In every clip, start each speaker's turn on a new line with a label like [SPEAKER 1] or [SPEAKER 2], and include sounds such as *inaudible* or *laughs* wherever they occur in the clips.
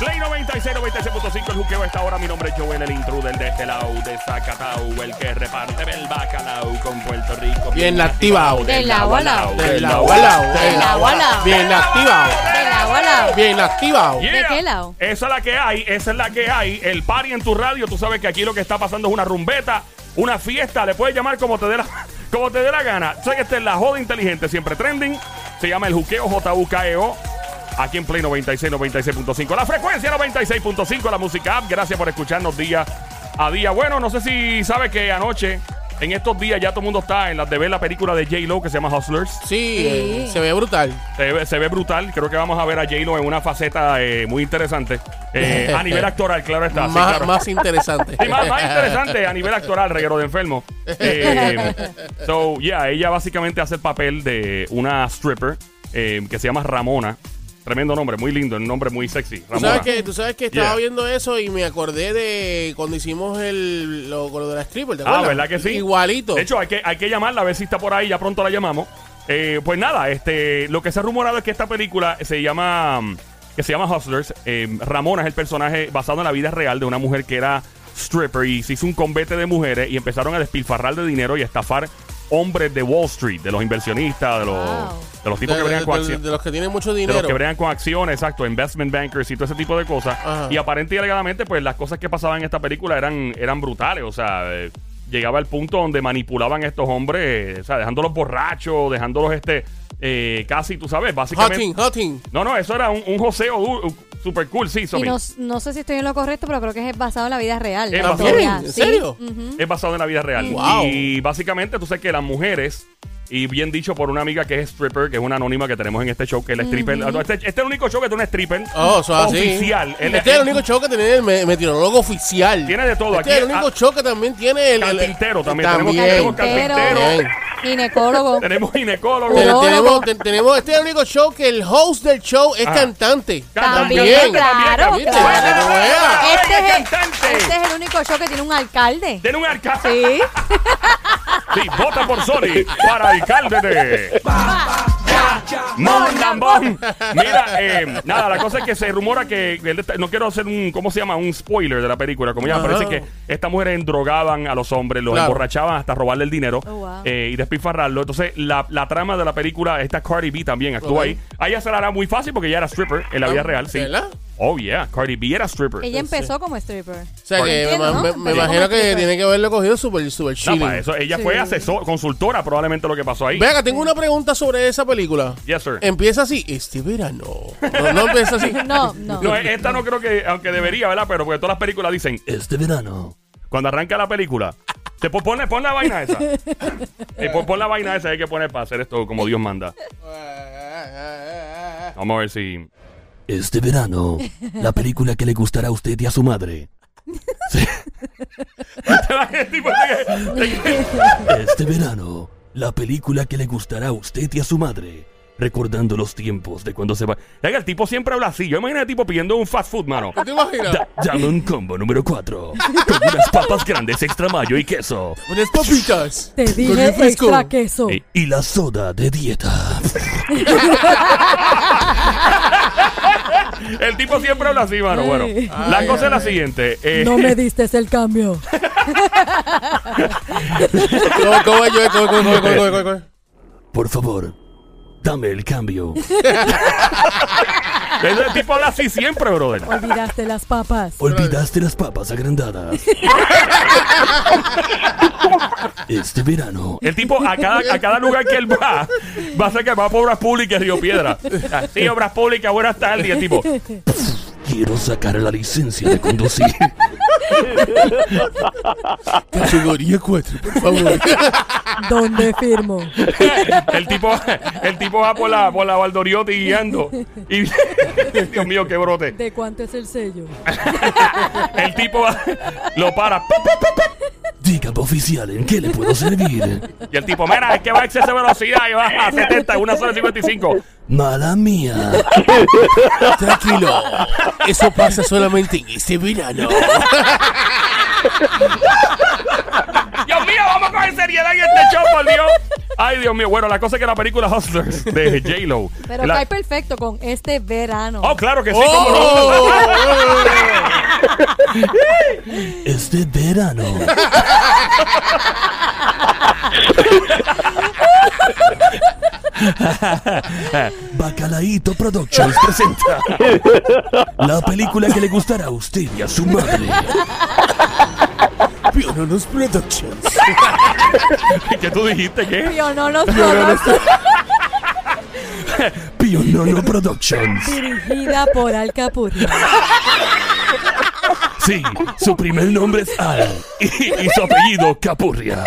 [SPEAKER 1] Play 96, 96.5, el juqueo está ahora. Mi nombre es Joel, el intruder de este lado, de Zacatau, el que reparte el bacalao con Puerto Rico.
[SPEAKER 2] Bien activado.
[SPEAKER 1] del
[SPEAKER 3] Del lado a lado.
[SPEAKER 2] Del lado
[SPEAKER 1] lado
[SPEAKER 2] a lado.
[SPEAKER 3] Del lado a lado.
[SPEAKER 2] Bien activado.
[SPEAKER 3] Del lado a lado.
[SPEAKER 2] Bien activado.
[SPEAKER 1] Yeah.
[SPEAKER 3] qué lado?
[SPEAKER 1] Esa es la que hay, esa es la que hay. El party en tu radio, tú sabes que aquí lo que está pasando es una rumbeta, una fiesta, le puedes llamar como te dé la, *laughs* como te dé la gana. Sé que esta es la joda inteligente, siempre trending. Se llama el juqueo JUKEO. E Aquí en Play 96, 96.5. La frecuencia 96.5, la música app. Gracias por escucharnos día a día. Bueno, no sé si sabes que anoche, en estos días, ya todo el mundo está en las de ver la película de J-Lo que se llama Hustlers.
[SPEAKER 2] Sí, eh, se ve brutal.
[SPEAKER 1] Se ve, se ve brutal. Creo que vamos a ver a J-Lo en una faceta eh, muy interesante. Eh, a
[SPEAKER 2] *laughs*
[SPEAKER 1] nivel actoral, claro está. sí,
[SPEAKER 2] más,
[SPEAKER 1] claro.
[SPEAKER 2] más interesante.
[SPEAKER 1] Sí, más, más interesante a nivel actoral, reguero de enfermo. Eh, so, yeah, ella básicamente hace el papel de una stripper eh, que se llama Ramona. Tremendo nombre, muy lindo, un nombre muy sexy.
[SPEAKER 2] *laughs* ¿Tú
[SPEAKER 1] Ramona.
[SPEAKER 2] sabes, que, tú sabes que estaba
[SPEAKER 1] Yeah.
[SPEAKER 2] viendo eso y me acordé de cuando hicimos el, lo, lo de la stripper, ¿te
[SPEAKER 1] Ah,
[SPEAKER 2] acuerdas?
[SPEAKER 1] ¿verdad que sí?
[SPEAKER 2] Igualito.
[SPEAKER 1] De hecho, hay que, hay que llamarla, a ver si está por ahí, ya pronto la llamamos. Eh, pues nada, este, lo que se ha rumorado es que esta película se llama mm, que se llama Hustlers. Eh, Ramona es el personaje basado en la vida real de una mujer que era stripper y se hizo un combate de mujeres y empezaron a despilfarrar de dinero y a estafar hombres de Wall Street, de los inversionistas, de los,
[SPEAKER 3] Wow.
[SPEAKER 1] de los
[SPEAKER 2] de,
[SPEAKER 1] tipos que venían con
[SPEAKER 2] de-
[SPEAKER 1] acciones.
[SPEAKER 2] de los que tienen mucho
[SPEAKER 1] De
[SPEAKER 2] dinero.
[SPEAKER 1] los que bregan con acciones, exacto, investment bankers y todo ese tipo de cosas.
[SPEAKER 2] Ajá.
[SPEAKER 1] Y aparente y alegadamente, pues las cosas que pasaban en esta película eran, eran brutales. O sea, eh, llegaba el punto donde manipulaban a estos hombres, eh, o sea, dejándolos borrachos, dejándolos este, eh, casi, tú sabes, básicamente.
[SPEAKER 2] Hotting, hotting.
[SPEAKER 1] No, no, eso era un, un joseo du- uh, super cool, sí,
[SPEAKER 3] Y
[SPEAKER 1] Somi.
[SPEAKER 3] no, no sé si estoy en lo correcto, pero creo que es basado en la vida real.
[SPEAKER 1] Es
[SPEAKER 3] la
[SPEAKER 1] basado-
[SPEAKER 3] historia.
[SPEAKER 2] ¿En
[SPEAKER 3] Sí.
[SPEAKER 2] serio?
[SPEAKER 3] Ujú.
[SPEAKER 1] Es basado en la vida real.
[SPEAKER 2] Wow.
[SPEAKER 1] Y básicamente, tú sabes que las mujeres. Y bien dicho por una amiga que es stripper, que es una anónima que tenemos en este show, que es la stripper. este, este es el único show que tiene una stripper
[SPEAKER 2] Oh, eso es así.
[SPEAKER 1] oficial. Él-
[SPEAKER 2] Este es el
[SPEAKER 1] él-
[SPEAKER 2] único show que tiene el me- meteorólogo oficial.
[SPEAKER 1] Tiene de todo.
[SPEAKER 2] Este es el
[SPEAKER 1] Aquí,
[SPEAKER 2] único
[SPEAKER 1] ah,
[SPEAKER 2] show que también tiene el... el-
[SPEAKER 1] Carpintero también. Tenemos
[SPEAKER 2] También.
[SPEAKER 1] carpintero.
[SPEAKER 2] También.
[SPEAKER 1] *laughs*
[SPEAKER 3] Ginecólogo.
[SPEAKER 1] Tenemos
[SPEAKER 2] Te-
[SPEAKER 1] ginecólogo.
[SPEAKER 3] Pero- Urólogo.
[SPEAKER 2] tenemos, te- tenemos, este es el único show que el host del show es
[SPEAKER 1] Ah.
[SPEAKER 2] cantante.
[SPEAKER 1] También,
[SPEAKER 3] claro,
[SPEAKER 1] también,
[SPEAKER 2] claro.
[SPEAKER 1] también.
[SPEAKER 3] Este
[SPEAKER 1] ¡Oye,
[SPEAKER 3] es,
[SPEAKER 1] cantante!
[SPEAKER 3] este es el único show que tiene un alcalde.
[SPEAKER 1] Tiene un alcalde.
[SPEAKER 3] Sí.
[SPEAKER 1] *laughs* Sí, vota por Sony para alcalde de. Mondambón. Mira, eh, nada, la cosa es que se rumora que. No quiero hacer un. ¿Cómo se llama? Un spoiler de la película. Como ya
[SPEAKER 2] Ajá.
[SPEAKER 1] parece que estas mujeres endrogaban a los hombres, los
[SPEAKER 2] Ah. Claro.
[SPEAKER 1] emborrachaban hasta robarle el dinero
[SPEAKER 3] Oh, wow.
[SPEAKER 1] eh, y despilfarrarlo. Entonces, la, la trama de la película, esta Cardi B también actúa
[SPEAKER 2] Ok.
[SPEAKER 1] ahí. A ella se la hará muy fácil porque ella era stripper en la vida
[SPEAKER 2] Ah,
[SPEAKER 1] real, sí.
[SPEAKER 2] ¿verdad?
[SPEAKER 1] Oh, yeah, Cardi B era stripper.
[SPEAKER 3] Ella empezó como
[SPEAKER 1] *laughs*
[SPEAKER 3] stripper.
[SPEAKER 2] O sea que me,
[SPEAKER 3] Entiendo, ¿no?
[SPEAKER 2] me- me
[SPEAKER 3] Pero
[SPEAKER 2] imagino
[SPEAKER 3] como
[SPEAKER 2] que
[SPEAKER 3] stripper.
[SPEAKER 2] tiene que haberlo cogido super, super
[SPEAKER 1] No, pues,
[SPEAKER 2] chilling.
[SPEAKER 1] para eso, ella fue asesor, consultora probablemente lo que pasó ahí.
[SPEAKER 2] Ve acá, tengo una pregunta sobre esa película.
[SPEAKER 1] Yes, sir.
[SPEAKER 2] Empieza así, este verano. No, no empieza así.
[SPEAKER 3] *laughs* No, no.
[SPEAKER 1] No, e- esta no creo que, aunque debería, ¿verdad? Pero porque todas las películas dicen, este verano. Cuando arranca la película, te po- pon, pon la vaina esa. Eh, pon, pon la vaina esa, hay que poner para hacer esto como Dios manda. Vamos a ver si.
[SPEAKER 4] Este verano, la película que le gustará a usted y a
[SPEAKER 1] *laughs*
[SPEAKER 4] su madre.
[SPEAKER 1] El tipo de que- de que-
[SPEAKER 4] Este verano, la película que le gustará a usted y a su madre. Recordando los tiempos de cuando se va. Oiga, el tipo siempre habla así. Yo imagino al tipo pidiendo un fast food, mano.
[SPEAKER 2] ¿Te imaginas?
[SPEAKER 4] Da- dame un combo número 4. Con unas papas grandes, extra mayo y queso.
[SPEAKER 2] Unas papitas.
[SPEAKER 3] Te
[SPEAKER 2] Con
[SPEAKER 3] dije
[SPEAKER 2] un fresco.
[SPEAKER 3] extra queso.
[SPEAKER 4] Eh, Y la soda de dieta.
[SPEAKER 1] El tipo siempre habla así, mano. Bueno, la cosa es la siguiente. eh,
[SPEAKER 3] No
[SPEAKER 1] *laughs*
[SPEAKER 3] me diste el cambio.
[SPEAKER 2] ¿Cómo, cómo, es, Joel? ¿Cómo, cómo, cómo, cómo, cómo, cómo?
[SPEAKER 4] Por favor, dame el cambio.
[SPEAKER 1] El tipo habla así siempre, brother.
[SPEAKER 3] Olvidaste las
[SPEAKER 1] *laughs*
[SPEAKER 3] papas.
[SPEAKER 4] Olvidaste las papas agrandadas. Este verano,
[SPEAKER 1] El tipo a cada, a cada lugar que él va, va a ser que va por obras públicas Río Piedra. Sí, obras públicas, buenas tardes. Y el tipo,
[SPEAKER 4] quiero sacar la licencia de conducir.
[SPEAKER 2] Categoría 4, por favor.
[SPEAKER 3] ¿Dónde firmo?
[SPEAKER 1] el tipo el tipo va por la por la Valdoriotti guiando y *laughs* Dios mío qué brote
[SPEAKER 3] ¿De cuánto es el sello?
[SPEAKER 1] el tipo va- lo para ¡pup, pup, pup, pup!
[SPEAKER 4] Dígame oficial, ¿en qué le puedo servir?
[SPEAKER 1] y el tipo mira es que va a exceso de velocidad y va a 70 una sola 55
[SPEAKER 4] Mala mía.
[SPEAKER 2] Tranquilo. Eso pasa solamente en este verano.
[SPEAKER 1] Dios mío vamos a coger seriedad en este show por Dios ay Dios mío bueno la cosa es que la película Hustlers de J-Lo
[SPEAKER 3] Pero
[SPEAKER 1] la-
[SPEAKER 3] cae perfecto con este verano.
[SPEAKER 1] oh claro que sí cómo no.
[SPEAKER 2] ¡Oh!
[SPEAKER 4] Este verano. Bacalaíto Productions presenta la película que le gustará a usted y a su madre.
[SPEAKER 2] Piononos Productions.
[SPEAKER 1] ¿Qué tú dijiste? ¿Qué?
[SPEAKER 3] Yo no los conozco.
[SPEAKER 4] Pionono Productions.
[SPEAKER 3] Dirigida por Al Capurro.
[SPEAKER 4] Sí, su primer nombre es Al y, y su apellido Capurria.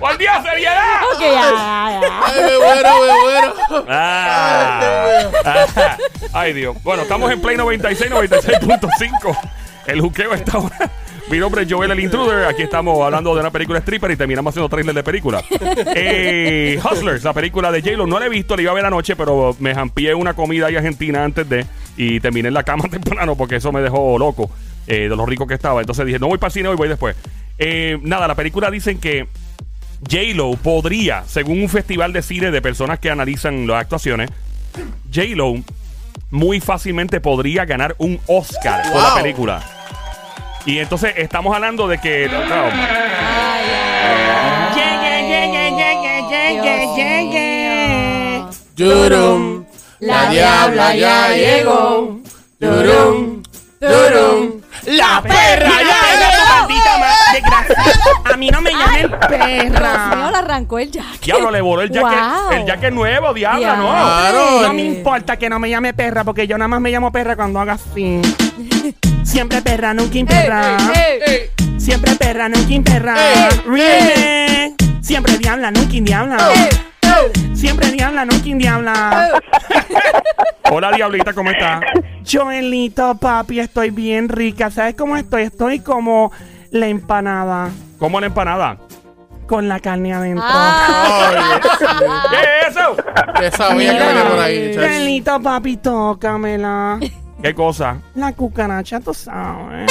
[SPEAKER 1] ¡Por Dios, seriedad!
[SPEAKER 3] Ok, ya, ya.
[SPEAKER 2] Ay, me muero, me muero.
[SPEAKER 1] Ah, ah, ay, Dios. Bueno, estamos en Play 96, 96.5. El juqueo está ahora. Mi nombre es Joel el Intruder. Aquí estamos hablando de una película stripper y terminamos haciendo trailer de película. Eh, Hustlers, la película de J-Lo. No la he visto, la iba a ver anoche, pero me jampié una comida ahí argentina antes de. Y terminé en la cama *laughs* temprano porque eso me dejó loco eh, de lo rico que estaba. Entonces dije, no voy para el cine hoy, voy después. Eh, nada, la película dicen que J-Lo podría, según un festival de cine de personas que analizan las actuaciones, J-Lo muy fácilmente podría ganar un Oscar por la
[SPEAKER 2] Wow.
[SPEAKER 1] película. Y entonces estamos hablando de que. claro,
[SPEAKER 2] Durum. La diabla ya llegó. Durum. Durum. La perra ya llegó.
[SPEAKER 5] A mí no me llamen
[SPEAKER 3] Dios mío,
[SPEAKER 5] perra.
[SPEAKER 3] le arrancó el jacket.
[SPEAKER 1] diablo, le voló el jacket.
[SPEAKER 3] Wow.
[SPEAKER 1] El jacket nuevo, diablo,
[SPEAKER 3] Ya.
[SPEAKER 1] ¿no?
[SPEAKER 2] Claro.
[SPEAKER 5] No me importa que no me llame perra porque yo nada más me llamo perra cuando haga
[SPEAKER 3] *laughs*
[SPEAKER 5] así. Siempre perra, nunca imperra.
[SPEAKER 3] Ey, ey, ey.
[SPEAKER 5] Siempre perra, nunca imperra.
[SPEAKER 2] Ey,
[SPEAKER 5] Ríeme. Siempre diabla, nunca indiabla. Siempre diabla, nunca indiabla.
[SPEAKER 1] Hola, diablita, ¿cómo estás?
[SPEAKER 5] Joelito, papi, estoy bien rica. ¿Sabes cómo estoy? Estoy como la empanada
[SPEAKER 1] ¿Cómo la empanada?
[SPEAKER 5] con la carne adentro.
[SPEAKER 3] Ah,
[SPEAKER 2] Ay,
[SPEAKER 1] ¿Qué es eso?
[SPEAKER 2] ya sabía que venía por ahí, chacho.
[SPEAKER 5] Joelito, papi, tócamela.
[SPEAKER 1] ¿Qué cosa?
[SPEAKER 5] La cucaracha, tú sabes.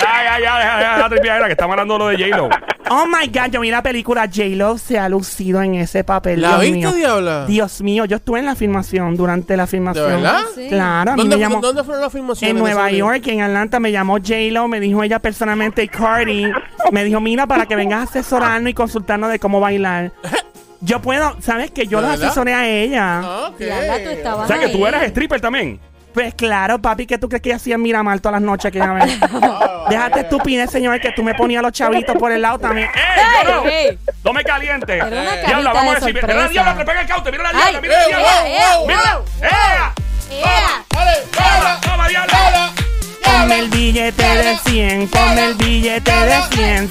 [SPEAKER 1] Ya, ya, ya, deja, deja la tripiadera que estamos hablando de lo de J-Lo.
[SPEAKER 5] Oh my God, yo vi la película J-Lo se ha lucido en ese papel.
[SPEAKER 2] ¿La
[SPEAKER 5] Dios
[SPEAKER 2] viste,
[SPEAKER 5] mío.
[SPEAKER 2] diabla?
[SPEAKER 5] Dios mío, yo estuve en la filmación durante la filmación.
[SPEAKER 2] verdad?
[SPEAKER 3] Sí.
[SPEAKER 5] Claro, a mí
[SPEAKER 2] ¿Dónde,
[SPEAKER 5] me llamó
[SPEAKER 2] ¿Dónde fueron las filmaciones?
[SPEAKER 5] en
[SPEAKER 2] de
[SPEAKER 5] Nueva
[SPEAKER 2] esa
[SPEAKER 5] York, en Atlanta, me llamó J-Lo, me dijo ella personalmente, Cardi, me dijo, mira, para que vengas a asesorarnos y consultarnos de cómo bailar. Yo puedo, ¿sabes que Yo
[SPEAKER 2] ¿De
[SPEAKER 5] la
[SPEAKER 2] verdad?
[SPEAKER 5] asesoré a ella.
[SPEAKER 2] Ah, ok.
[SPEAKER 3] diabla, tú
[SPEAKER 1] O
[SPEAKER 3] estabas
[SPEAKER 1] sea que tú
[SPEAKER 3] ahí.
[SPEAKER 1] eras stripper también.
[SPEAKER 5] Pues claro, papi, que tú crees que ella hacía en Miramar todas las noches que
[SPEAKER 2] *laughs*
[SPEAKER 5] ella venía? Déjate estupidez, señor, que tú me ponías los chavitos por el lado también.
[SPEAKER 1] ¡Eh, no, no!
[SPEAKER 3] Ey, ey.
[SPEAKER 1] No me caliente.
[SPEAKER 3] Era una
[SPEAKER 1] Eh,
[SPEAKER 3] carita
[SPEAKER 1] Diabla, vamos a
[SPEAKER 3] de
[SPEAKER 1] decir. Mira la
[SPEAKER 3] sorpresa.
[SPEAKER 1] diabla, le pega el caute. Mira la
[SPEAKER 3] Ay,
[SPEAKER 1] diabla, mira la
[SPEAKER 3] eh,
[SPEAKER 1] diabla.
[SPEAKER 3] eh, eh,
[SPEAKER 1] Mira. ¡Ea!
[SPEAKER 3] ¡Ea!
[SPEAKER 2] ¡Vale,
[SPEAKER 1] ¡Toma,
[SPEAKER 2] diabla!
[SPEAKER 1] toma, diabla!
[SPEAKER 2] ¡Diabla!
[SPEAKER 5] Ponme el billete de 100, ponme el billete de 100, 100,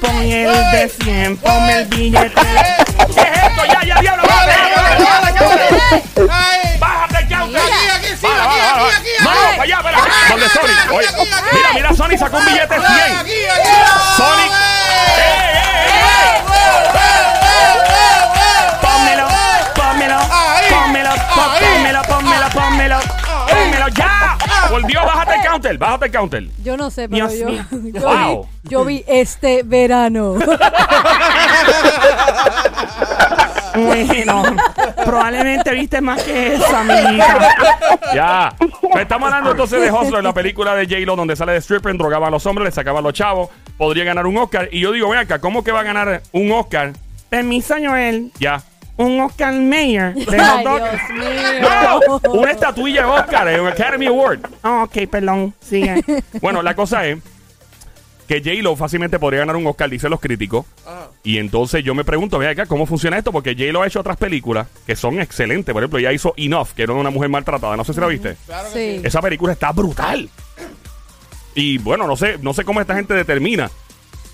[SPEAKER 5] pon el de 100, ponme el billete de
[SPEAKER 1] ¿Qué es esto? Ya, ya, diabla.
[SPEAKER 2] ¡Vale,
[SPEAKER 1] Bájate,
[SPEAKER 2] vale,
[SPEAKER 1] bájate,
[SPEAKER 2] vale, vale! ¡Ay!
[SPEAKER 1] bájate el caute.
[SPEAKER 2] Aquí, aquí, sí,
[SPEAKER 1] Baja,
[SPEAKER 2] aquí,
[SPEAKER 1] baja,
[SPEAKER 2] aquí,
[SPEAKER 1] baja.
[SPEAKER 2] aquí,
[SPEAKER 1] Mano,
[SPEAKER 2] aquí.
[SPEAKER 1] para allá, espera. Donde
[SPEAKER 2] aquí,
[SPEAKER 1] Sonic.
[SPEAKER 2] aquí,
[SPEAKER 1] Oye, oh,
[SPEAKER 2] aquí, aquí.
[SPEAKER 1] mira, mira, Sonic sacó un billete de 100.
[SPEAKER 2] ¡Aquí, aquí!
[SPEAKER 1] Sonic. ¡Eh, eh, eh!
[SPEAKER 5] Pónmelo, pónmelo,
[SPEAKER 2] Ahí.
[SPEAKER 5] pónmelo, pó-
[SPEAKER 2] Ahí.
[SPEAKER 5] pónmelo, pónmelo, pónmelo, pónmelo, ya.
[SPEAKER 1] Por Dios, bájate
[SPEAKER 3] Eh.
[SPEAKER 1] el counter, bájate el counter.
[SPEAKER 3] Yo no sé, pero *laughs*
[SPEAKER 5] Dios
[SPEAKER 3] yo,
[SPEAKER 5] mío.
[SPEAKER 3] yo,
[SPEAKER 1] Wow.
[SPEAKER 3] vi, yo vi este
[SPEAKER 1] *laughs*
[SPEAKER 3] verano.
[SPEAKER 5] Bueno, probablemente viste más que eso, amiguita.
[SPEAKER 1] Ya. Pues Estamos hablando entonces de Hustler, la película de J-Lo, donde sale de stripper, drogaba a los hombres, le sacaba a los chavos, podría ganar un Oscar. Y yo digo, ven acá, ¿cómo que va a ganar un Oscar?
[SPEAKER 5] Permiso, Joel,
[SPEAKER 1] Ya.
[SPEAKER 5] un Oscar Mayer de los
[SPEAKER 3] Ay,
[SPEAKER 5] dos.
[SPEAKER 3] Dios
[SPEAKER 1] ¡No!
[SPEAKER 3] mío.
[SPEAKER 1] Una estatuilla de Oscar, eh, un Academy Award.
[SPEAKER 5] Ah, ok, perdón, sigue.
[SPEAKER 1] Bueno, la cosa es que J-Lo fácilmente podría ganar un Oscar, dicen los críticos. Y entonces yo me pregunto, ven acá, ¿cómo funciona esto? Porque J-Lo ha hecho otras películas que son excelentes. Por ejemplo, ella hizo Enough, que era una mujer maltratada. No sé si la viste.
[SPEAKER 3] Sí.
[SPEAKER 1] Esa película está brutal. Y bueno, no sé, no sé cómo esta gente determina.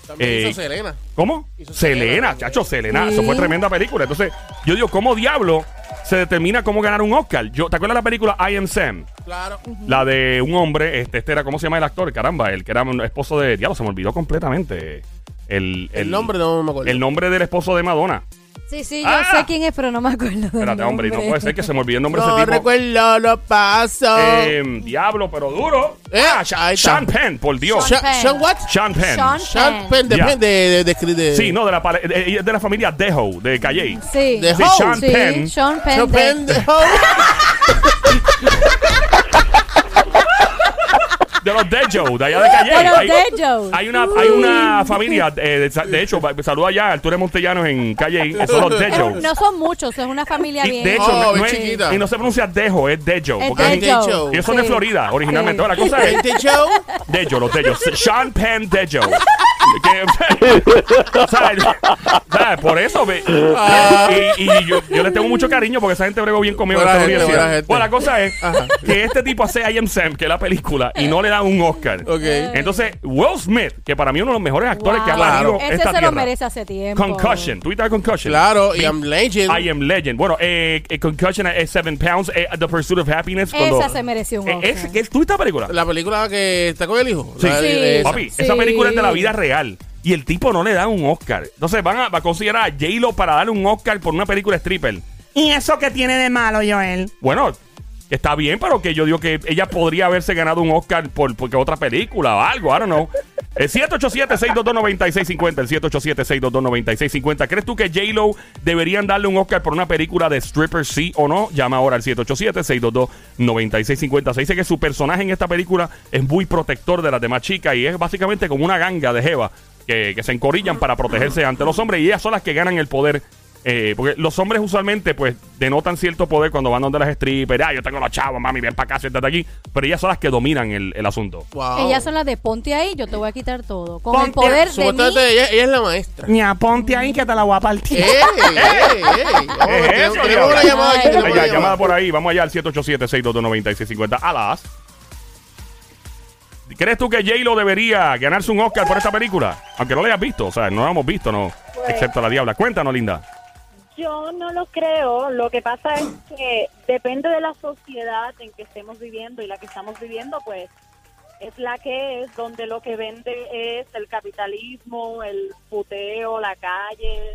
[SPEAKER 2] También
[SPEAKER 1] Eh,
[SPEAKER 2] hizo Selena.
[SPEAKER 1] ¿Cómo?
[SPEAKER 2] Hizo
[SPEAKER 1] Selena,
[SPEAKER 2] Selena
[SPEAKER 1] chacho, Selena.
[SPEAKER 3] Sí.
[SPEAKER 1] Eso fue tremenda película. Entonces, yo digo, ¿cómo diablo se determina cómo ganar un Oscar? Yo, ¿Te acuerdas la película I Am Sam?
[SPEAKER 2] Claro.
[SPEAKER 1] La de un hombre, este, este era, ¿cómo se llama el actor? Caramba, el que era un esposo de. Diablo, se me olvidó completamente. El,
[SPEAKER 2] El nombre no me acuerdo.
[SPEAKER 1] el nombre del esposo de Madonna.
[SPEAKER 3] Sí, sí, yo
[SPEAKER 1] Ah.
[SPEAKER 3] sé quién es, pero no me acuerdo. del
[SPEAKER 1] Espérate, hombre, y no
[SPEAKER 3] nombre.
[SPEAKER 1] puede ser que se me olvide el nombre de
[SPEAKER 2] No
[SPEAKER 1] ese tipo.
[SPEAKER 2] recuerdo los pasos.
[SPEAKER 1] Eh, diablo, pero duro.
[SPEAKER 2] Eh,
[SPEAKER 1] ah, Sha-
[SPEAKER 2] ahí está.
[SPEAKER 1] Sean Penn, por Dios.
[SPEAKER 2] Sean,
[SPEAKER 3] Penn.
[SPEAKER 2] Sean what?
[SPEAKER 1] Sean Penn.
[SPEAKER 3] Sean
[SPEAKER 2] Sean
[SPEAKER 3] Penn.
[SPEAKER 2] Penn,
[SPEAKER 1] Ya.
[SPEAKER 2] depende de, de, de, de-
[SPEAKER 1] Sí, no, de la, pale- de, de la familia Dejo, de Calle.
[SPEAKER 3] *laughs* Sí.
[SPEAKER 2] de
[SPEAKER 1] Sí,
[SPEAKER 2] Ho.
[SPEAKER 1] Sean
[SPEAKER 3] Sí,
[SPEAKER 1] Penn.
[SPEAKER 3] Sean Penn.
[SPEAKER 2] Sean
[SPEAKER 3] de-
[SPEAKER 2] Penn de
[SPEAKER 1] *laughs*
[SPEAKER 2] Ho.
[SPEAKER 1] De los Dejo, de allá de Calle.
[SPEAKER 3] De los
[SPEAKER 1] Hay-
[SPEAKER 3] Dejo.
[SPEAKER 1] Hay una, hay una familia, eh, de, de hecho, va- saluda allá a Arturo Montellanos en Calle. Esos son los
[SPEAKER 2] Es
[SPEAKER 3] Es
[SPEAKER 1] Dejo.
[SPEAKER 3] un- no son muchos, es una familia
[SPEAKER 1] Y
[SPEAKER 3] bien.
[SPEAKER 1] de hecho,
[SPEAKER 2] Oh,
[SPEAKER 1] no, no
[SPEAKER 2] bien
[SPEAKER 1] es-
[SPEAKER 2] chiquita.
[SPEAKER 1] y no se pronuncia Dejo, es Dejo.
[SPEAKER 3] Es
[SPEAKER 1] Porque
[SPEAKER 2] de
[SPEAKER 1] ellos-
[SPEAKER 3] Dejo.
[SPEAKER 2] Dejo.
[SPEAKER 1] ellos son de
[SPEAKER 3] Sí.
[SPEAKER 1] Florida originalmente.
[SPEAKER 3] Sí.
[SPEAKER 1] Ahora, La cosa
[SPEAKER 3] *laughs*
[SPEAKER 1] es
[SPEAKER 2] Gente show.
[SPEAKER 1] Dejo, los Dejo. Sean Penn Dejo. Que- *laughs* o sea, ¿sabes? Por eso ve- Y, y yo, yo le tengo mucho cariño porque esa gente bregó bien conmigo. en
[SPEAKER 2] Buena
[SPEAKER 1] esta
[SPEAKER 2] gente,
[SPEAKER 1] universidad.
[SPEAKER 2] buena gente.
[SPEAKER 1] Bueno, la cosa es
[SPEAKER 2] Ajá.
[SPEAKER 1] que este tipo hace I Am Sam, que es la película, y no le da un Oscar.
[SPEAKER 2] Ok.
[SPEAKER 1] Entonces, Will Smith, que para mí es uno de los mejores actores que ha parido
[SPEAKER 2] Claro.
[SPEAKER 3] Ese
[SPEAKER 1] esta
[SPEAKER 3] se
[SPEAKER 1] tierra.
[SPEAKER 3] lo merece hace tiempo.
[SPEAKER 1] Concussion, Twitter Concussion.
[SPEAKER 2] Claro, y I'm legend.
[SPEAKER 1] I Am Legend. Bueno, eh, eh, Concussion es 7 Pounds, eh, The Pursuit of Happiness. cuando-
[SPEAKER 3] Esa se mereció un
[SPEAKER 1] Eh,
[SPEAKER 3] Oscar.
[SPEAKER 1] es, que es tú esta película.
[SPEAKER 2] La película que está con el hijo.
[SPEAKER 1] Sí.
[SPEAKER 2] La de-
[SPEAKER 3] Sí.
[SPEAKER 2] de esa.
[SPEAKER 1] Papi,
[SPEAKER 3] Sí.
[SPEAKER 1] esa película es de la vida real. Y el tipo no le da un Oscar. Entonces van a, va a considerar a J-Lo para darle un Oscar por una película stripper.
[SPEAKER 5] ¿Y eso qué tiene de malo, Joel?
[SPEAKER 1] Bueno, está bien, pero que yo digo que ella podría haberse ganado un Oscar por porque otra película o algo, I don't know. El 787-622-9650, el 787-622-9650. ¿Crees tú que J-Lo deberían darle un Oscar por una película de stripper, sí o no? Llama ahora al 787-622-9650. Se dice que su personaje en esta película es muy protector de las demás chicas y es básicamente como una ganga de jeva que, que se encorillan para protegerse ante los hombres y ellas son las que ganan el poder eh, porque los hombres usualmente, pues, denotan cierto poder cuando van donde las strippers. Ah, yo tengo los chavos, mami, ven para acá, siéntate aquí. Pero ellas son las que dominan el, el asunto.
[SPEAKER 2] Wow.
[SPEAKER 3] Ellas son las de ponte ahí, yo te voy a quitar todo. Con el
[SPEAKER 5] Ponte-
[SPEAKER 3] poder de mí.
[SPEAKER 2] Supuestamente ella, ella es la maestra.
[SPEAKER 3] *laughs*
[SPEAKER 5] Mira, ponte ahí que te la voy a partir.
[SPEAKER 2] ¡Ey, ey, ey! Vamos,
[SPEAKER 1] ¿Qué es
[SPEAKER 2] tenemos-
[SPEAKER 1] eso,
[SPEAKER 2] Tenemos una
[SPEAKER 1] diablo?
[SPEAKER 2] llamada aquí.
[SPEAKER 3] Ay,
[SPEAKER 2] tenemos
[SPEAKER 1] Ay, ya,
[SPEAKER 2] una llamada.
[SPEAKER 1] llamada por ahí. Vamos allá al 787-622-9650. Alas. ¿Crees tú que J-Lo debería ganarse un Oscar por esta película? Aunque no la hayas visto, o sea, no la hemos visto, ¿no?
[SPEAKER 6] Pues-
[SPEAKER 1] Excepto la diabla. Cuéntanos, linda.
[SPEAKER 6] Yo no lo creo. Lo que pasa es que depende de la sociedad en que estemos viviendo y la que estamos viviendo, pues es la que es, donde lo que vende es el capitalismo, el puteo, la calle.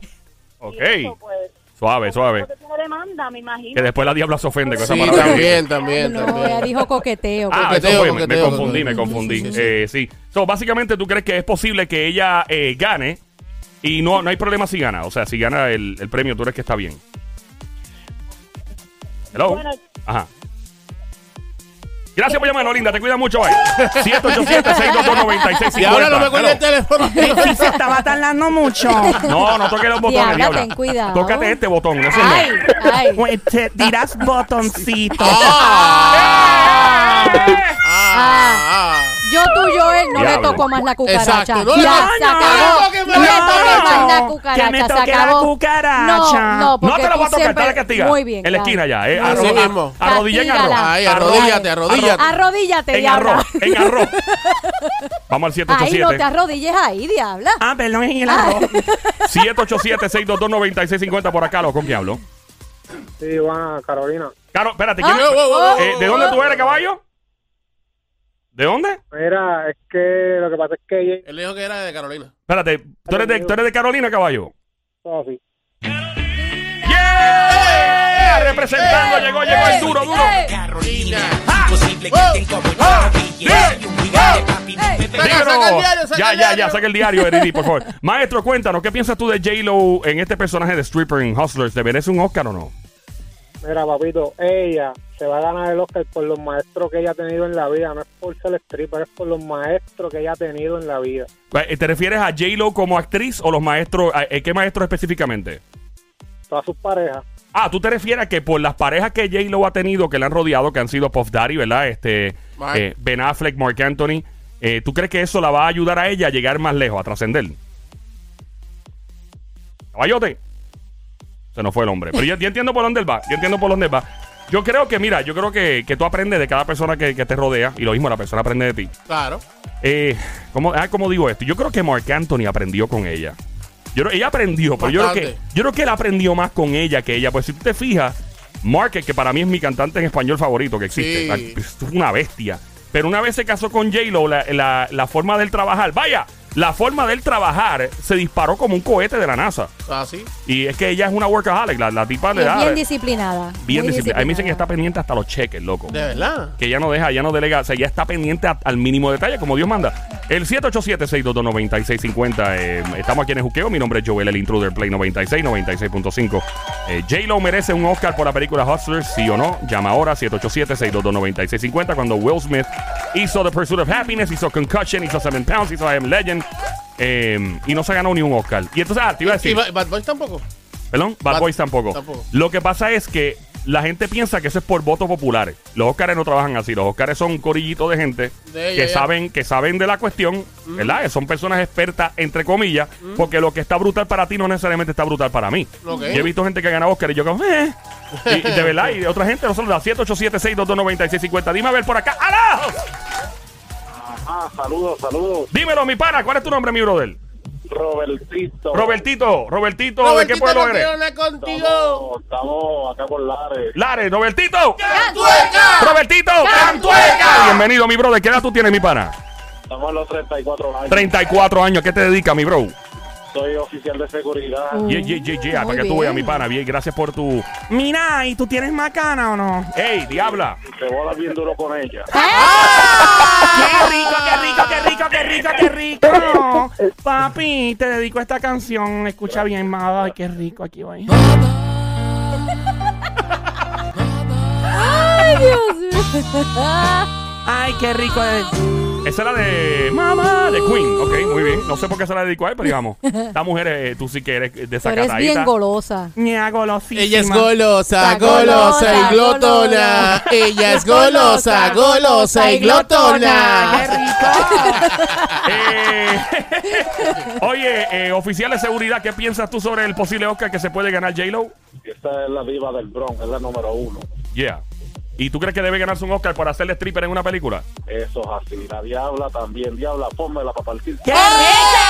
[SPEAKER 1] Ok.
[SPEAKER 6] Y eso, pues,
[SPEAKER 1] Suave, suave.
[SPEAKER 6] como que tiene demanda, me imagino.
[SPEAKER 1] Que después la diabla se ofende con esa
[SPEAKER 2] Sí,
[SPEAKER 1] palabra.
[SPEAKER 2] también, también,
[SPEAKER 3] No, ella
[SPEAKER 2] también.
[SPEAKER 3] dijo coqueteo.
[SPEAKER 1] Ah,
[SPEAKER 2] Coqueteo,
[SPEAKER 1] eso fue, me-
[SPEAKER 2] coqueteo,
[SPEAKER 1] me confundí, me
[SPEAKER 2] coqueteo.
[SPEAKER 1] confundí.
[SPEAKER 2] Sí, sí, sí.
[SPEAKER 1] Eh, sí. So, básicamente, ¿tú crees que es posible que ella eh, gane? Y no, no hay problema si gana. O sea, si gana el, el premio, tú crees que está bien. Hello.
[SPEAKER 6] Bueno.
[SPEAKER 1] Ajá. Gracias por llamarnos, linda. Te cuida
[SPEAKER 3] *laughs*
[SPEAKER 1] mucho, bye. 787 622
[SPEAKER 2] Y ahora no me cuelgue
[SPEAKER 1] *laughs*
[SPEAKER 2] el teléfono.
[SPEAKER 5] Y se estaba tardando
[SPEAKER 3] *laughs*
[SPEAKER 5] mucho.
[SPEAKER 3] este
[SPEAKER 1] No, no toques los botones,
[SPEAKER 3] Diabla,
[SPEAKER 1] diabla.
[SPEAKER 3] ten cuidado.
[SPEAKER 1] Tócate este botón. ese no.
[SPEAKER 3] Ay, ay,
[SPEAKER 5] Pues, Te dirás botoncito.
[SPEAKER 1] Ah.
[SPEAKER 2] Ah, ah.
[SPEAKER 3] Yo tú, Joel, no le
[SPEAKER 1] Diablo.
[SPEAKER 3] tocó más la cucaracha.
[SPEAKER 2] Exacto, no le
[SPEAKER 3] ya,
[SPEAKER 2] toques-
[SPEAKER 3] se
[SPEAKER 2] no le
[SPEAKER 3] acabó.
[SPEAKER 2] toques más
[SPEAKER 3] No le
[SPEAKER 2] la
[SPEAKER 3] toques más
[SPEAKER 2] cucaracha.
[SPEAKER 3] la cucaracha.
[SPEAKER 5] Que me
[SPEAKER 3] se
[SPEAKER 5] toque la
[SPEAKER 3] acabó.
[SPEAKER 5] cucaracha.
[SPEAKER 3] No, no,
[SPEAKER 1] No
[SPEAKER 3] porque
[SPEAKER 1] te la
[SPEAKER 3] tú
[SPEAKER 1] voy a tocar,
[SPEAKER 3] siempre-
[SPEAKER 1] te la castiga.
[SPEAKER 3] Muy bien.
[SPEAKER 1] En la esquina ya. Eh, arro-
[SPEAKER 2] Así mismo.
[SPEAKER 1] a- arrodilla en arroz.
[SPEAKER 3] Castígala.
[SPEAKER 2] Ay, arrodíllate, arrodíllate.
[SPEAKER 3] Arrodíllate,
[SPEAKER 1] eh. En
[SPEAKER 3] diabla. *laughs*
[SPEAKER 1] arroz, en arroz. Vamos al
[SPEAKER 3] Ay, no te
[SPEAKER 1] 787.
[SPEAKER 3] arrodilles ahí, diabla.
[SPEAKER 5] Ah, perdón, en el arroz.
[SPEAKER 1] 787-622-9650 por acá, ¿lo ¿con quién hablo?
[SPEAKER 7] Sí, Juan, Carolina.
[SPEAKER 1] Caro, espérate,
[SPEAKER 3] Ah,
[SPEAKER 1] ¿quién-
[SPEAKER 2] Wow, wow, wow,
[SPEAKER 1] eh,
[SPEAKER 2] wow,
[SPEAKER 1] ¿de
[SPEAKER 2] wow.
[SPEAKER 1] dónde tú eres, caballo? ¿De dónde?
[SPEAKER 7] Mira, es que lo que pasa es que ella es
[SPEAKER 2] Él dijo que era de Carolina.
[SPEAKER 1] Espérate, ¿tú eres de, tú eres de Carolina, caballo?
[SPEAKER 7] Sofi.
[SPEAKER 1] ¡Yeah!
[SPEAKER 3] ¡Eh!
[SPEAKER 1] Representando, llegó, llegó el duro, duro.
[SPEAKER 2] Ah, ah, Saca,
[SPEAKER 1] Dímelo.
[SPEAKER 2] saca el diario, saca
[SPEAKER 1] ya,
[SPEAKER 2] el
[SPEAKER 1] ya,
[SPEAKER 2] diario.
[SPEAKER 1] ya, saca el diario, Eridi, por favor. Maestro, cuéntanos, ¿qué piensas tú de J-Lo en este personaje de Stripper en Hustlers? ¿Te merece un Oscar o no?
[SPEAKER 7] Mira, papito, ella se va a ganar el Oscar por los maestros que ella ha tenido en la vida. No es por ser stripper, es por los maestros que ella ha tenido en la vida.
[SPEAKER 1] Eh, ¿Te refieres a J-Lo como actriz o los maestros? a- eh, ¿Qué maestros específicamente?
[SPEAKER 7] Todas sus parejas.
[SPEAKER 1] Ah, tú te refieres a que por las parejas que J-Lo ha tenido, que le han rodeado, que han sido Puff Daddy, ¿verdad? Este,
[SPEAKER 2] Mark.
[SPEAKER 1] eh, ben Affleck, Mark Anthony. eh, ¿Tú crees que eso la va a ayudar a ella a llegar más lejos, a trascender? Caballote. Se nos fue el hombre. Pero yo, yo entiendo por dónde él va. Yo entiendo por dónde él va. Yo creo que, mira, yo creo que, que tú aprendes de cada persona que, que te rodea y lo mismo la persona aprende de ti.
[SPEAKER 2] Claro.
[SPEAKER 1] Eh, ¿cómo, ah, ¿cómo digo esto? Yo creo que Mark Anthony aprendió con ella. Yo, creo- ella aprendió, pero yo creo, que,
[SPEAKER 2] Bastante.
[SPEAKER 1] yo creo que él aprendió más con ella que ella. Pues si tú te fijas, Mark, que para mí es mi cantante en español favorito que existe,
[SPEAKER 2] Sí.
[SPEAKER 1] la- es una bestia. Pero una vez se casó con J-Lo, la, la- la forma del trabajar, vaya, la forma del trabajar se disparó como un cohete de la NASA.
[SPEAKER 2] Así.
[SPEAKER 1] Y es que ella es una workaholic, la, la tipa
[SPEAKER 3] Y
[SPEAKER 1] le
[SPEAKER 3] es
[SPEAKER 1] da.
[SPEAKER 3] bien disciplinada.
[SPEAKER 1] bien
[SPEAKER 3] muy
[SPEAKER 1] disciplinada. A mí me dicen que está
[SPEAKER 3] disciplinada.
[SPEAKER 1] pendiente hasta los cheques, loco
[SPEAKER 2] De verdad.
[SPEAKER 1] que ya no deja, ya no delega, o sea, ya está pendiente a- al mínimo detalle, como Dios manda. El 787-622-9650, eh, estamos aquí en el juqueo, mi nombre es Joel, el intruder, Play 96, 96.5. Eh, J-Lo merece un Oscar por la película Hustlers, sí o no, llama ahora 787-622-9650, cuando Will Smith hizo The Pursuit of Happiness, hizo Concussion, hizo Seven Pounds, hizo I Am Legend, eh, y no se ganó ni un Oscar. Y entonces, ah, te iba a decir...
[SPEAKER 2] ¿Y Ba- Bad Boys tampoco?
[SPEAKER 1] Perdón, Bad,
[SPEAKER 2] Bad-
[SPEAKER 1] Boys tampoco.
[SPEAKER 2] tampoco.
[SPEAKER 1] Lo que pasa es que la gente piensa que eso es por votos populares. Los Óscares no trabajan así. Los Óscares son un corillito de gente que
[SPEAKER 2] De- ya- Mm. ya.
[SPEAKER 1] saben que saben de la cuestión, ¿verdad? Que son personas expertas, entre comillas, porque lo que está brutal para ti no necesariamente está brutal para mí.
[SPEAKER 2] Mm. Ok.
[SPEAKER 1] Yo he visto gente que gana Óscar y yo como, eh. Y, y
[SPEAKER 2] *laughs*
[SPEAKER 1] de verdad, y otra gente, nosotros, la 787-622-9650. Dime a ver por acá. ¡Aló!
[SPEAKER 8] Ajá, saludos, saludos.
[SPEAKER 1] Dímelo, mi pana, ¿cuál es tu nombre, mi brother?
[SPEAKER 8] Robertito.
[SPEAKER 1] Robertito, Robertito, ¿de qué
[SPEAKER 2] Robertito,
[SPEAKER 1] pueblo
[SPEAKER 2] no
[SPEAKER 1] eres?
[SPEAKER 2] quiero hablar contigo.
[SPEAKER 8] Estamos, estamos acá por Lares.
[SPEAKER 1] Lares, Robertito.
[SPEAKER 2] ¡Cantueca!
[SPEAKER 1] Robertito
[SPEAKER 2] ¡Cantueca!
[SPEAKER 1] Bienvenido, mi brother. ¿Qué edad tú tienes, mi pana?
[SPEAKER 8] Estamos en los 34 años.
[SPEAKER 1] 34 años. ¿Qué te dedicas, mi bro?
[SPEAKER 8] Soy oficial de seguridad.
[SPEAKER 5] Mm.
[SPEAKER 3] Uh.
[SPEAKER 1] Yeah, yeah, yeah, yeah.
[SPEAKER 3] Muy
[SPEAKER 1] Para que tú veas, mi
[SPEAKER 3] bien.
[SPEAKER 1] pana. Bien, gracias por tu.
[SPEAKER 5] Mira, ¿y tú tienes macana o no?
[SPEAKER 1] ¡Ey, diabla!
[SPEAKER 8] Te voy bien duro con ella.
[SPEAKER 5] ¡Qué rico, qué rico, qué rico, qué rico, qué rico! Papi, te dedico esta canción. Escucha bien, Mada. Ay, qué rico aquí voy.
[SPEAKER 3] Ay, Dios mío.
[SPEAKER 5] Ay, qué rico.
[SPEAKER 1] Esa era de. Mamá, de Queen. Ok, muy bien. No sé por qué se la dedicó a él, pero
[SPEAKER 5] *laughs*
[SPEAKER 1] digamos. Esta mujer, eh, tú sí que eres
[SPEAKER 3] Tú eres
[SPEAKER 1] desacatadita.
[SPEAKER 3] bien golosa.
[SPEAKER 5] Me hago los
[SPEAKER 2] Ella es golosa,
[SPEAKER 3] Está golosa,
[SPEAKER 2] golosa y glotona.
[SPEAKER 3] glotona.
[SPEAKER 2] Ella es golosa, golosa y
[SPEAKER 5] ¡Qué
[SPEAKER 2] glotona.
[SPEAKER 5] rico!
[SPEAKER 1] Eh, *laughs* Oye, eh, oficial de seguridad, ¿qué piensas tú sobre el posible Oscar que se puede ganar J-Lo?
[SPEAKER 8] Esta es la diva del Bronx, es la número uno.
[SPEAKER 1] Yeah. ¿Y tú crees que debe ganarse un Oscar por hacerle stripper en una película?
[SPEAKER 8] Eso es así. La diabla también. Diabla, pónmela para partir.
[SPEAKER 5] ¡Qué rico!